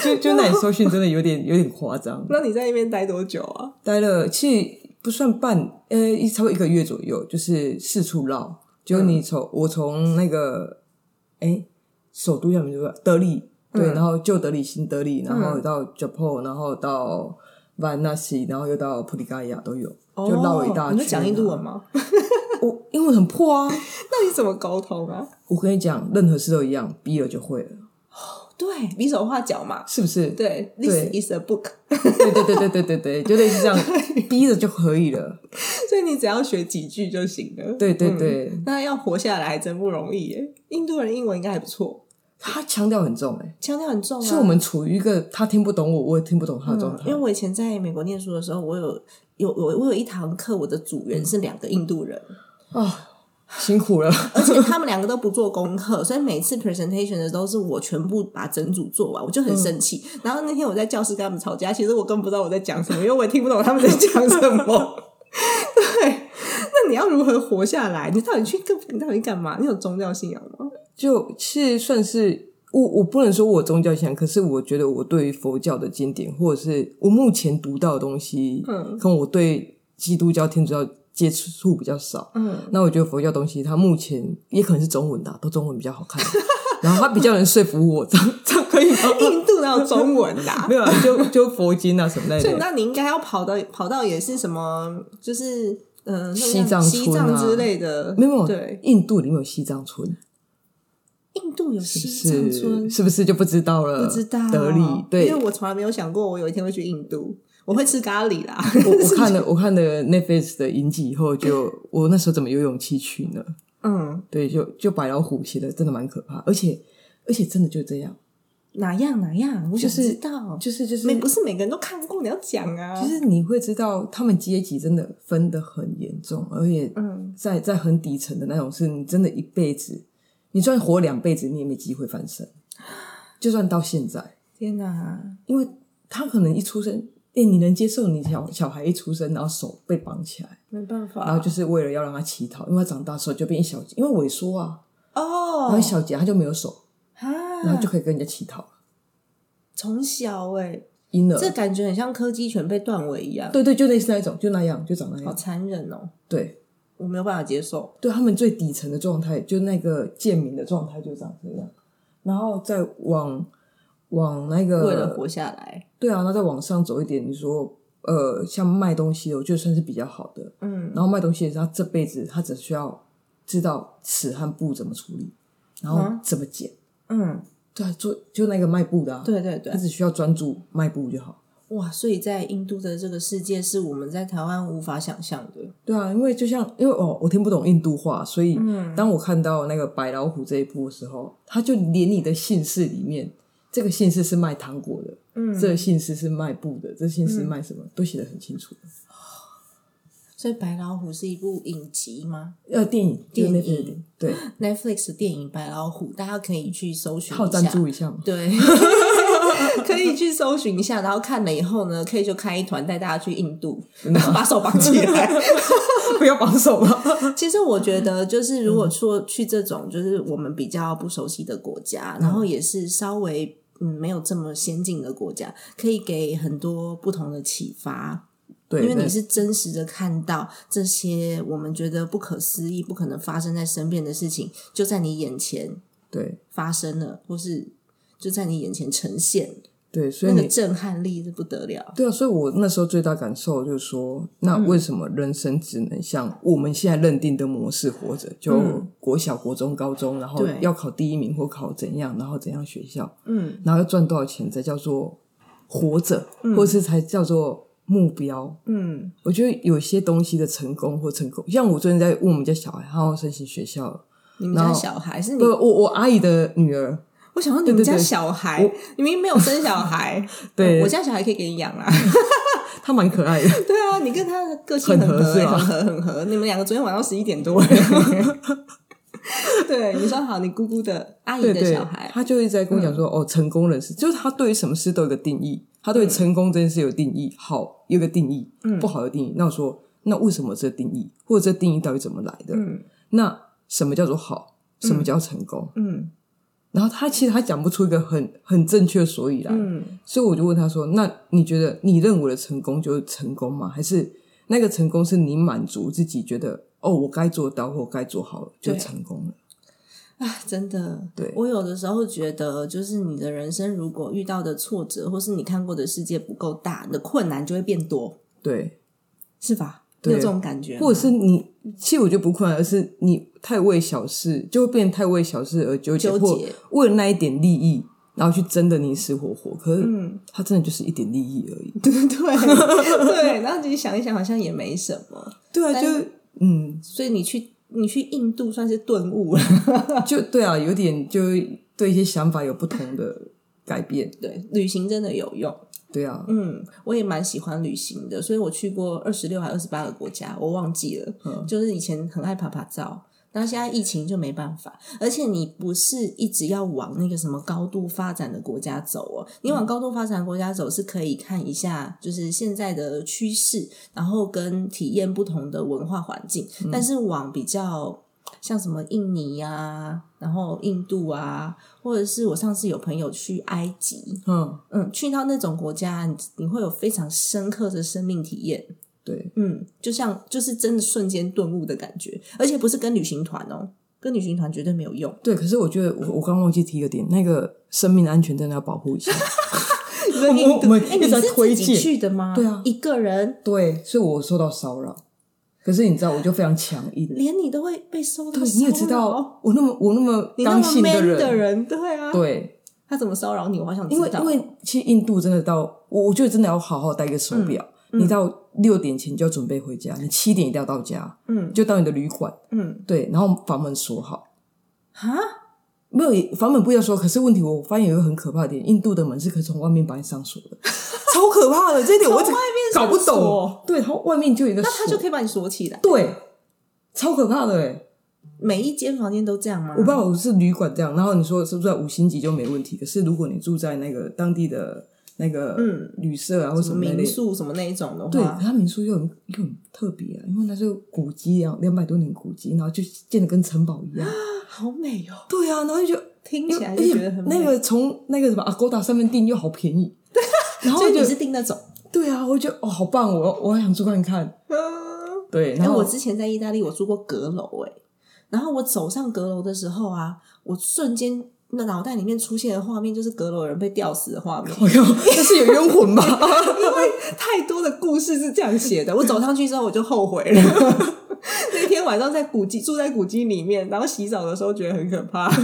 Speaker 3: 就就那里搜讯真的有点有点夸张。
Speaker 2: 那你在那边待多久啊？
Speaker 3: 待了其实不算半，呃，一差不多一个月左右，就是四处绕。就你从、我从那个哎首都叫什么地方？德里对，
Speaker 2: 嗯
Speaker 3: 然后旧德里、新德里，然后
Speaker 2: 嗯
Speaker 3: 到 Japan，然后到 v a n a s i 然后又到普利嘎亚都有，
Speaker 2: 哦
Speaker 3: 就绕了一大圈、啊
Speaker 2: 你会讲印度文？吗？
Speaker 3: 我英文很破啊！
Speaker 2: 那你怎么沟通啊？
Speaker 3: 我跟你讲，任何事都一样，逼了就会了，
Speaker 2: 对，比手画脚嘛。
Speaker 3: 是不是？
Speaker 2: 对，this
Speaker 3: 对
Speaker 2: is a book，
Speaker 3: 对对对对对对对，就类似这样，逼着就可以了。
Speaker 2: 所以你只要学几句就行了。
Speaker 3: 对对
Speaker 2: 嗯
Speaker 3: 对，
Speaker 2: 那要活下来还真不容易耶。印度人英文应该还不错，
Speaker 3: 他腔调很重哎、
Speaker 2: 腔调很重啊。
Speaker 3: 是我们处于一个他听不懂我，我也听不懂他的状
Speaker 2: 嗯
Speaker 3: 态。
Speaker 2: 因为我以前在美国念书的时候，我有有我我有一堂课，我的组
Speaker 3: 嗯
Speaker 2: 员是两个印度人，
Speaker 3: 啊，辛苦了，
Speaker 2: 而且他们两个都不做功课，所以每次 presentation 的都是我全部把整组做完，我就很生气。
Speaker 3: 嗯
Speaker 2: 然后那天我在教室跟他们吵架，其实我根本不知道我在讲什么，因为我也听不懂他们在讲什 么。对，那你要如何活下来？你到底去干？你到底干嘛？你有宗教信仰吗？
Speaker 3: 就是算是我，我不能说我宗教信仰，可是我觉得我对于佛教的经典，或者是我目前读到的东西，
Speaker 2: 嗯
Speaker 3: 跟我对基督教、天主教接触比较少。
Speaker 2: 嗯，
Speaker 3: 那我觉得佛教东西，它目前也可能是中文的啊、都中文比较好看， 然后它比较能说服我，这样这样可以吗？
Speaker 2: 印度哪有中文啦、
Speaker 3: 没有啊，就就佛经啊什么那
Speaker 2: 所以
Speaker 3: 类的，
Speaker 2: 那你应该要跑到跑到也是什么，就是嗯、呃，那个
Speaker 3: 西藏
Speaker 2: 西
Speaker 3: 村啊
Speaker 2: 藏之类的，
Speaker 3: 没有没有
Speaker 2: 对，
Speaker 3: 印度里面有西藏村，
Speaker 2: 印度有
Speaker 3: 是不
Speaker 2: 西藏村
Speaker 3: 是，是不是就不知道了？
Speaker 2: 不知道
Speaker 3: 德里对，
Speaker 2: 因为我从来没有想过我有一天会去印度，我会吃咖喱啦。
Speaker 3: 我 我看了我看了 Netflix 的影集以后就，我那时候怎么有勇气去呢？
Speaker 2: 嗯，
Speaker 3: 对，就就白老虎写的真的蛮可怕，而且而且真的就这样，
Speaker 2: 哪样哪样，我
Speaker 3: 就
Speaker 2: 想知
Speaker 3: 是
Speaker 2: 道，
Speaker 3: 就是就是
Speaker 2: 每不是每个人都看过，你要讲啊，
Speaker 3: 就是你会知道他们阶级真的分得很严重，而且
Speaker 2: 嗯
Speaker 3: 在在很底层的那种，是你真的一辈子，你就算活两辈子，你也没机会翻身，就算到现在，
Speaker 2: 天哪，
Speaker 3: 因为他可能一出生。哎、你能接受你小小孩一出生，然后手被绑起来，
Speaker 2: 没办法，
Speaker 3: 然后就是为了要让他乞讨，因为他长大手就变一小节，因为萎缩啊，
Speaker 2: 哦，
Speaker 3: 然后一小节他就没有手，
Speaker 2: 啊，
Speaker 3: 然后就可以跟人家乞讨了，
Speaker 2: 从小哎、
Speaker 3: 婴儿
Speaker 2: 这感觉很像柯基犬被断尾一样，
Speaker 3: 对对，就类似那一种，就那样，就长那
Speaker 2: 好
Speaker 3: 样。
Speaker 2: 残忍哦，
Speaker 3: 对，
Speaker 2: 我没有办法接受。
Speaker 3: 对他们最底层的状态，就那个贱民的状态就长这样，然后再往往那个
Speaker 2: 为了活下来，
Speaker 3: 对啊，那再往上走一点，你说呃，像卖东西的，我觉得算是比较好的。
Speaker 2: 嗯，
Speaker 3: 然后卖东西的是他这辈子他只需要知道尺和布怎么处理，然后
Speaker 2: 嗯
Speaker 3: 怎么剪。
Speaker 2: 嗯，
Speaker 3: 对啊，做就那个卖布的、啊，，
Speaker 2: 对对对
Speaker 3: 他，只需要专注卖布就好。
Speaker 2: 哇！所以在印度的这个世界是我们在台湾无法想象的。
Speaker 3: 对啊，因为就像因为哦，我听不懂印度话，所以
Speaker 2: 嗯
Speaker 3: 当我看到那个白老虎这一部的时候，他就连你的姓氏里面，这个姓氏是卖糖果的，
Speaker 2: 嗯
Speaker 3: 这个姓氏是卖布的，这姓氏卖什么、都写得很清楚。
Speaker 2: 所以《白老虎》是一部影集吗
Speaker 3: 呃，电影，就是那部
Speaker 2: 电影
Speaker 3: 影对，
Speaker 2: ？Netflix 的电影《白老虎》，大家可以去搜寻
Speaker 3: 靠
Speaker 2: 一
Speaker 3: 赞
Speaker 2: 下。
Speaker 3: 助一下嘛。
Speaker 2: 对，可以去搜寻一下，然后看了以后呢，可以就开一团带大家去印度，然后把手绑起来。
Speaker 3: 不要绑手吧。
Speaker 2: 其实我觉
Speaker 3: 嗯
Speaker 2: 得，就是如果说去这种就是我们比较不熟悉的国
Speaker 3: 嗯
Speaker 2: 家，然后也是稍微嗯没有这么先进的国家，可以给很多不同的启发，
Speaker 3: 对，
Speaker 2: 因为
Speaker 3: 对
Speaker 2: 你是真实的看到这些我们觉得不可思议、不可能发生在身边的事情，就在你眼前
Speaker 3: 对
Speaker 2: 发生了，或是就在你眼前呈现，
Speaker 3: 对，所以
Speaker 2: 那个
Speaker 3: 你
Speaker 2: 震撼力是不得了。
Speaker 3: 对啊，所以我那时候最大感受就是说，那
Speaker 2: 嗯
Speaker 3: 为什么人生只能像我们现在认定的模式活着？就
Speaker 2: 嗯
Speaker 3: 国小、国中、高中，然后
Speaker 2: 对
Speaker 3: 要考第一名或考怎样，然后怎样学校，
Speaker 2: 嗯
Speaker 3: 然后要赚多少钱才叫做活着，
Speaker 2: 嗯
Speaker 3: 或是才叫做目标？
Speaker 2: 嗯
Speaker 3: 我觉得有些东西的成功或成功，像我最近在问我们家小孩，他要申请学校了，
Speaker 2: 你们家
Speaker 3: 然后
Speaker 2: 小孩是你
Speaker 3: 不，？我我阿姨的女儿，
Speaker 2: 我想说你们
Speaker 3: 对对
Speaker 2: 家
Speaker 3: 对
Speaker 2: 小孩，
Speaker 3: 我
Speaker 2: 你明明没有生小孩，
Speaker 3: 对
Speaker 2: 我家小孩可以给你养啦。
Speaker 3: 她蛮可爱的，
Speaker 2: 对啊，你跟他的个性很
Speaker 3: 很合
Speaker 2: 合、
Speaker 3: 啊
Speaker 2: 欸，
Speaker 3: 是吧
Speaker 2: 很合，很合。你们两个昨天晚上十一点 多。对，你说好，你姑姑的阿姨
Speaker 3: 对
Speaker 2: 的
Speaker 3: 对
Speaker 2: 小，孩，嗯
Speaker 3: 他就一直在跟我讲说，哦，成功人士就是他对于什么事都有个定义，他对成功这件事有定义，好有个定义，
Speaker 2: 嗯
Speaker 3: 不好的定义。那我说，那为什么这定义，或者这定义到底怎么来的？
Speaker 2: 嗯
Speaker 3: 那什么叫做好？什么叫成功？
Speaker 2: 嗯
Speaker 3: 然后他其实他讲不出一个很很正确的所以来，
Speaker 2: 嗯
Speaker 3: 所以我就问他说：“那你觉得你认为的成功就是成功吗？还是那个成功是你满足自己觉得哦，我该做到或该做好了就
Speaker 2: 对
Speaker 3: 成功了？
Speaker 2: 啊，真的，
Speaker 3: 对
Speaker 2: 我有的时候觉得，就是你的人生如果遇到的挫折，或是你看过的世界不够大，你的困难就会变多，
Speaker 3: 对，
Speaker 2: 是吧？你
Speaker 3: 对
Speaker 2: 有这种感觉吗，
Speaker 3: 或者是你，其实我觉得不困难，而是你太为小事，就会变太为小事而纠结，
Speaker 2: 纠结
Speaker 3: 或为了那一点利益，然后去争得你死我活。可是
Speaker 2: 嗯，
Speaker 3: 他真的就是一点利益而已。
Speaker 2: 对对，然后自己想一想，好像也没什么。
Speaker 3: 对啊，
Speaker 2: 但
Speaker 3: 就嗯，
Speaker 2: 所以你去你去印度算是顿悟了，
Speaker 3: 就对啊，有点就对一些想法有不同的改变。
Speaker 2: 对，旅行真的有用。
Speaker 3: 对啊，
Speaker 2: 嗯，我也蛮喜欢旅行的，所以我去过二十六还二十八个国家，我忘记了。
Speaker 3: 嗯
Speaker 2: 就是以前很爱爬爬照，但现在疫情就没办法。而且你不是一直要往那个什么高度发展的国家走哦，你往高度发展的国家走是可以看一下，就是现在的趋势，然后跟体验不同的文化环境。但是往比较像什么印尼啊，然后印度啊，或者是我上次有朋友去埃及，
Speaker 3: 嗯，
Speaker 2: 嗯，去到那种国家，你你会有非常深刻的生命体验。
Speaker 3: 对，
Speaker 2: 嗯，就像就是真的瞬间顿悟的感觉，而且不是跟旅行团哦，跟旅行团绝对没有用。
Speaker 3: 对。可是我觉得我我刚忘记提一个点，那个生命安全真的要 保护一下。
Speaker 2: 我
Speaker 3: 们我们一
Speaker 2: 你
Speaker 3: 直在
Speaker 2: 是
Speaker 3: 推
Speaker 2: 自己
Speaker 3: 荐
Speaker 2: 去的吗？
Speaker 3: 对啊
Speaker 2: 一个人
Speaker 3: 对，所以我受到骚扰。可是你知道，我就非常强硬。
Speaker 2: 连你都会被收到骚扰，
Speaker 3: 对，
Speaker 2: 哦
Speaker 3: 你也知道，我那么我那么
Speaker 2: 你那
Speaker 3: 刚
Speaker 2: 么
Speaker 3: 性
Speaker 2: man
Speaker 3: 人，
Speaker 2: 的人，对啊，
Speaker 3: 对，
Speaker 2: 他怎么骚扰你？我好想知
Speaker 3: 因为
Speaker 2: 道。
Speaker 3: 因为其实印度真的到，我我觉得真的要好好戴个手
Speaker 2: 嗯
Speaker 3: 表，你到六点前就要准备回家，你七点一定要到家，
Speaker 2: 嗯
Speaker 3: 就到你的旅馆，
Speaker 2: 嗯
Speaker 3: 对，然后把门锁好，
Speaker 2: 哈，
Speaker 3: 没有房门不要说，可是问题我发现有一个很可怕的点，印度的门是可以从外面把你上锁的，超可怕的，这一点我一直
Speaker 2: 从外面上
Speaker 3: 搞不懂
Speaker 2: 锁。
Speaker 3: 对，它外面就有一个
Speaker 2: 那
Speaker 3: 锁，
Speaker 2: 他就可以把你锁起来。
Speaker 3: 对，超可怕的哎、
Speaker 2: 每一间房间都这样吗？
Speaker 3: 我不知道我是旅馆这样，然后你说是不是在五星级就没问题？可是如果你住在那个当地的那个
Speaker 2: 嗯
Speaker 3: 旅社啊、或
Speaker 2: 什
Speaker 3: 什
Speaker 2: 么
Speaker 3: 么那类
Speaker 2: 民，宿什么那一种的
Speaker 3: 对，
Speaker 2: 话
Speaker 3: 可，它民宿又很又很特别啊，因为它是古迹啊，两百多年古迹，然后就建的跟城堡一样。
Speaker 2: 好美哦，
Speaker 3: 对啊，然后就觉得
Speaker 2: 听
Speaker 3: 因
Speaker 2: 起
Speaker 3: 为
Speaker 2: 来
Speaker 3: 而
Speaker 2: 就觉得
Speaker 3: 且
Speaker 2: 很美。
Speaker 3: 那个从那个什么 Agoda 上面订又好便 宜，然后
Speaker 2: 所
Speaker 3: 我
Speaker 2: 以
Speaker 3: 就
Speaker 2: 你是订那种？
Speaker 3: 对啊，我就觉得哦好棒，我我想住看看。
Speaker 2: 嗯，
Speaker 3: 对，
Speaker 2: 哎、
Speaker 3: 啊然后
Speaker 2: 我 之前在意大利，我住过阁楼、哎，然后我走上阁楼的时候啊，我瞬间那脑袋里面出现的画面就是阁楼人被吊死的画面，
Speaker 3: 我靠，那是有冤魂吧？
Speaker 2: 因为太多的故事是这样写的。我走上去之后，我就后悔了。 那天晚上在古迹住在古迹里面，然后洗澡的时候觉得很可怕。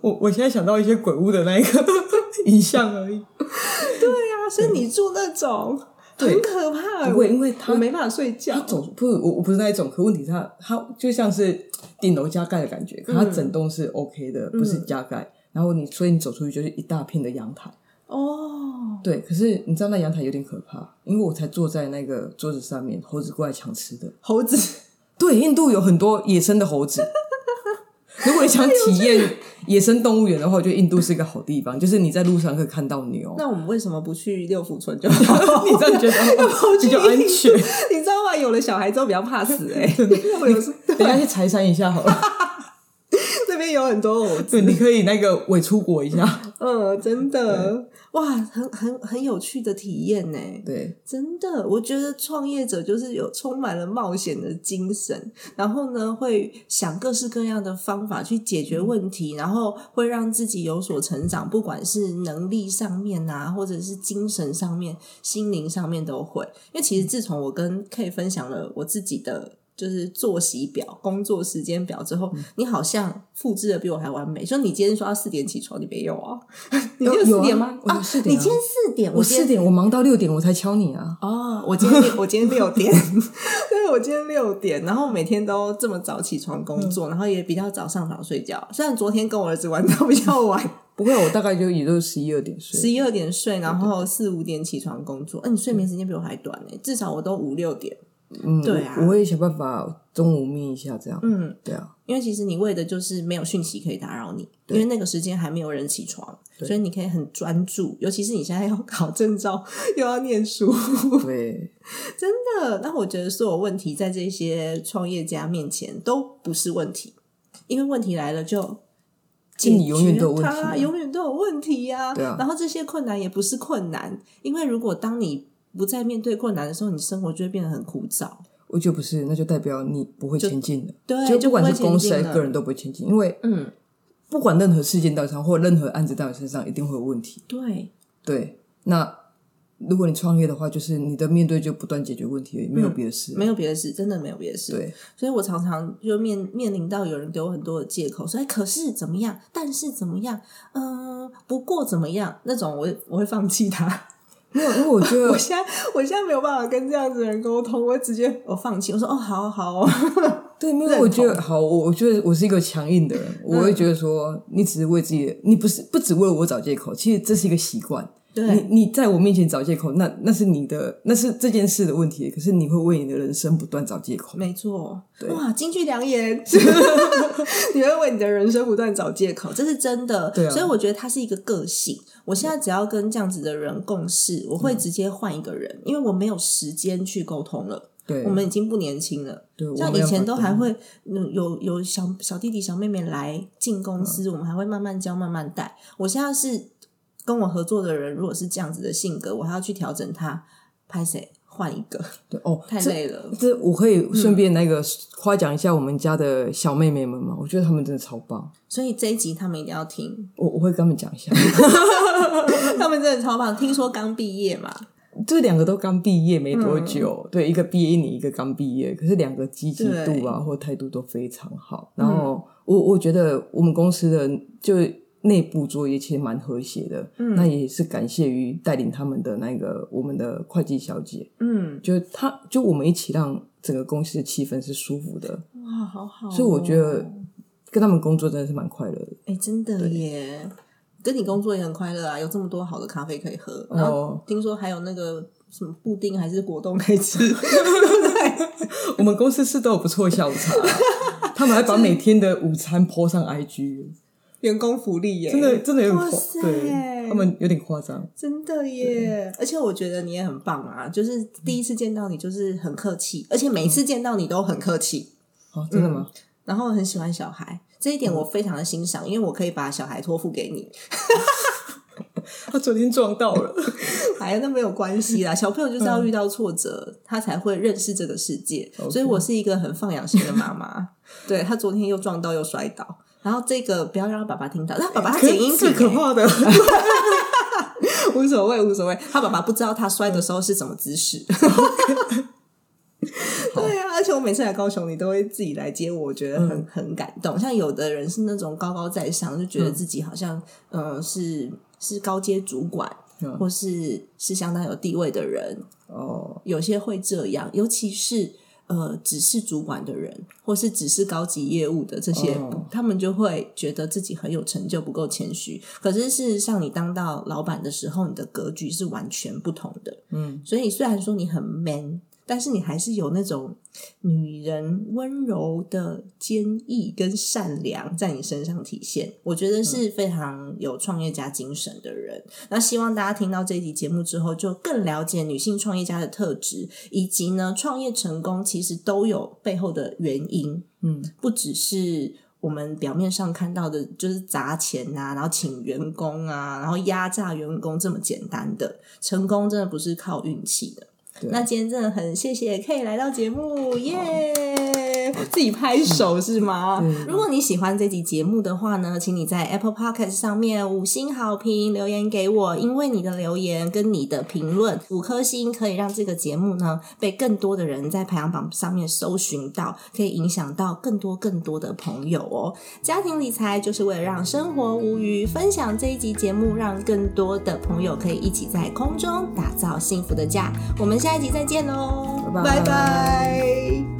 Speaker 3: 我我现在想到一些鬼屋的那一个 影像而已。
Speaker 2: 啊所以你住那种
Speaker 3: 对
Speaker 2: 很可怕、欸，
Speaker 3: 不会，因为它
Speaker 2: 我没办法睡觉
Speaker 3: 他。走不是我我不是那一种，可问题是他他就像是顶楼加盖的感觉，可
Speaker 2: 嗯
Speaker 3: 它整栋是 OK 的，不是加盖。然后你所以你走出去就是一大片的阳台，
Speaker 2: 哦，
Speaker 3: 对。可是你知道那阳台有点可怕，因为我才坐在那个桌子上面，猴子过来抢吃的。
Speaker 2: 猴子，
Speaker 3: 对，印度有很多野生的猴子。 如果
Speaker 2: 哎
Speaker 3: 你想体验野生动物园的话，我觉得印度是一个好地方，就是你在路上可以看到牛。
Speaker 2: 那我们为什么不去六福村就好？
Speaker 3: 你这样觉 得
Speaker 2: 跑去
Speaker 3: 比较安全？
Speaker 2: 你知道吗？有了小孩之后比较怕死 哎、欸，我有时
Speaker 3: 等一下去柴山一下好了，
Speaker 2: 这边有很多猴子，
Speaker 3: 对，你可以那个伪出国一下。
Speaker 2: 嗯，真的哇，很很很有趣的体验呢、欸
Speaker 3: 对，
Speaker 2: 真的，我觉得创业者就是有充满了冒险的精神，然后呢，会想各式各样的方法去解决问题，然后会让自己有所成长，不管是能力上面啊，或者是精神上面、心灵上面都会。因为
Speaker 3: 嗯
Speaker 2: 其实自从我跟 K 分享了我自己的。就是作息表、工作时间表之
Speaker 3: 嗯
Speaker 2: 后，你好像复制的比我还完美。就你今天说要四点起床，你没有啊？ 你今天
Speaker 3: 有
Speaker 2: 四
Speaker 3: 啊
Speaker 2: 点吗？
Speaker 3: 我有四点啊
Speaker 2: 你今天四点，
Speaker 3: 我
Speaker 2: 今天
Speaker 3: 四点，我忙到六点，我才敲你啊！
Speaker 2: 哦，我今天 六我今天六点，对，我今天六点，然后每天都这么早起床工作，
Speaker 3: 嗯
Speaker 2: 然后也比较早上床睡觉。虽然昨天跟我儿子玩到比较 晚，
Speaker 3: 不会，我大概就也就十一二点
Speaker 2: 十
Speaker 3: 睡。
Speaker 2: 一二点睡，然后四五点起床工作。嗯、你睡眠时间比我还短呢、至少我都五六点。
Speaker 3: 嗯，
Speaker 2: 对啊
Speaker 3: 我我会想办法中午眯一下，这样。
Speaker 2: 嗯，
Speaker 3: 对啊，
Speaker 2: 因为其实你为的就是没有讯息可以打扰你，因
Speaker 3: 对
Speaker 2: 为那个时间还没有人起床，
Speaker 3: 对
Speaker 2: 所以你可以很专注。尤其是你现在要考证照，又要念书，
Speaker 3: 对，
Speaker 2: 真的，那我觉得所有问题在这些创业家面前都不是问题，因为问题来了就解
Speaker 3: 就你永远都有
Speaker 2: 决
Speaker 3: 问题啊
Speaker 2: 它永远都有问题呀、
Speaker 3: 对啊
Speaker 2: 然后这些困难也不是困难，因为如果当你不再面对困难的时候，你生活就会变得很枯燥。
Speaker 3: 我觉得不是，那就代表你不会前进的。
Speaker 2: 对，
Speaker 3: 就不管是公司
Speaker 2: 谁
Speaker 3: 还是个人，都不会前进，因为
Speaker 2: 嗯，
Speaker 3: 不管任何事件到上，或任何案子到你身上，一定会有问题。
Speaker 2: 对，
Speaker 3: 对，那如果你创业的话，就是你的面对就不断解决问题而已，没有别的事。
Speaker 2: 嗯没有别的事，真的没有别的事。
Speaker 3: 对，
Speaker 2: 所以我常常就面面临到有人给我很多的借口，说哎，可是怎么样？但是怎么样？嗯、不过怎么样？那种我会我会放弃他。
Speaker 3: 没有，因为我觉得
Speaker 2: 我现在我现在没有办法跟这样子的人沟通，我直接我放弃，我说哦，好啊好 啊，
Speaker 3: 对，因
Speaker 2: 认嗯
Speaker 3: 为我觉得好，我我觉得我是一个强硬的人，我会觉得说，你只是为自己的，你不是不只为我找借口，其实这是一个习惯。你
Speaker 2: 对
Speaker 3: 你在我面前找借口，那那是你的，那是这件事的问题。可是你会为你的人生不断找借口。
Speaker 2: 没错，
Speaker 3: 对
Speaker 2: 哇，金句良言， 你会为你的人生不断找借口，这是真的。
Speaker 3: 对啊
Speaker 2: 所以我觉得他是一个个性。我现在只要跟这样子的人共事，我
Speaker 3: 嗯
Speaker 2: 会直接换一个人，因为我没有时间去沟通了。
Speaker 3: 对，
Speaker 2: 我们已经不年轻了，
Speaker 3: 对我
Speaker 2: 像
Speaker 3: 没
Speaker 2: 以
Speaker 3: 有
Speaker 2: 前
Speaker 3: 办
Speaker 2: 都
Speaker 3: 法
Speaker 2: 还
Speaker 3: 懂
Speaker 2: 会嗯有有小小弟弟小妹妹来进
Speaker 3: 嗯
Speaker 2: 公司，我们还会慢慢教慢慢带。我现在是跟我合作的人，如果是这样子的性格，我还要去调整他，拍谁换一个，
Speaker 3: 对哦，
Speaker 2: 太
Speaker 3: 这
Speaker 2: 累嗯了。
Speaker 3: 这我可以顺便那个夸奖一下我们家的小妹妹们嘛，我觉得她们真的超棒，
Speaker 2: 所以这一集他们一定要听，
Speaker 3: 我我会跟她们讲一下。
Speaker 2: 他们真的超棒。听说刚毕业嘛，
Speaker 3: 这两个都刚毕业没多久，对，一个毕业一年，一个刚毕业，可是两个积极度啊或态度都非常好。然后我我觉得我们公司的就内部作业其实蛮和谐的，
Speaker 2: 嗯
Speaker 3: 那也是感谢于带领他们的那个我们的会计小姐，
Speaker 2: 嗯，
Speaker 3: 就是她嗯就我们一起让整个公司的气氛是舒服的，
Speaker 2: 哇，好好哦、
Speaker 3: 所以我觉得跟他们工作真的是蛮快乐的。
Speaker 2: 哎、真的耶！跟你工作也很快乐啊，有这么多好的咖啡可以喝，
Speaker 3: 哦
Speaker 2: 然后听说还有那个什么布丁还是果冻可以吃， 对不对？
Speaker 3: 我们公司是都有不错的下啊午茶、 他们还把每天的午餐 po 上 IG，
Speaker 2: 员工福利耶，
Speaker 3: 真的真的有点
Speaker 2: 哇
Speaker 3: 夸，
Speaker 2: 塞
Speaker 3: 对他们有点夸张。
Speaker 2: 真的耶！而且我觉得你也很棒啊，就是第一次见到你就是很客
Speaker 3: 嗯
Speaker 2: 气，而且每一次见到你都很客气，
Speaker 3: 哦，真的吗？
Speaker 2: 然后很喜欢小孩。这一
Speaker 3: 嗯
Speaker 2: 点我非常的欣赏，因为我可以把小孩托付给你，
Speaker 3: 他昨天撞到了，
Speaker 2: 哎呀，那没有关系啦。小朋友就是要遇到挫折，他才会认识这个世界。
Speaker 3: OK
Speaker 2: 所以我是一个很放养型的妈 妈。对他昨天又撞到又摔倒，然后这个不要让爸爸听到，那爸爸他
Speaker 3: 可
Speaker 2: 剪音
Speaker 3: 最
Speaker 2: 频
Speaker 3: 可怕的。
Speaker 2: 无所谓，无所谓。他爸爸不知道他摔的时候是什么姿 势。对啊，而且我每次来高雄，你都会自己来接我，我觉得很、
Speaker 3: 嗯
Speaker 2: 很感动。像有的人是那种高高在上，就觉得自己好像嗯、呃是是高阶主管，
Speaker 3: 嗯
Speaker 2: 或是是相当有地位的人，
Speaker 3: 哦，
Speaker 2: 有些会这样，尤其是呃，只是主管的人，或是只是高级业务的这些，
Speaker 3: 哦
Speaker 2: 他们就会觉得自己很有成就，不够谦虚。可是事实上，你当到老板的时候，你的格局是完全不同的。
Speaker 3: 嗯，
Speaker 2: 所以虽然说你很 man，但是你还是有那种女人温柔的坚毅跟善良在你身上体现。我觉得是非常有创业家精神的人。那希望大家听到这一集节目之后，就更了解女性创业家的特质，以及呢，创业成功其实都有背后的原因。
Speaker 3: 嗯，
Speaker 2: 不只是我们表面上看到的，就是砸钱啊，然后请员工啊，然后压榨员工这么简单的。成功真的不是靠运气的。
Speaker 3: 对
Speaker 2: 那今天真的很谢谢 K 来到节目，耶、自己拍手是吗？
Speaker 3: 嗯
Speaker 2: 如果你喜欢这集节目的话呢，请你在 Apple Podcast 上面五星好评留言给我，因为你的留言跟你的评论五颗星可以让这个节目呢被更多的人在排行榜上面搜寻到，可以影响到更多更多的朋友哦。家庭理财就是为了让生活无虞，分享这一集节目，让更多的朋友可以一起在空中打造幸福的家。我们下一集再见喽，
Speaker 3: 拜拜
Speaker 2: 哦拜拜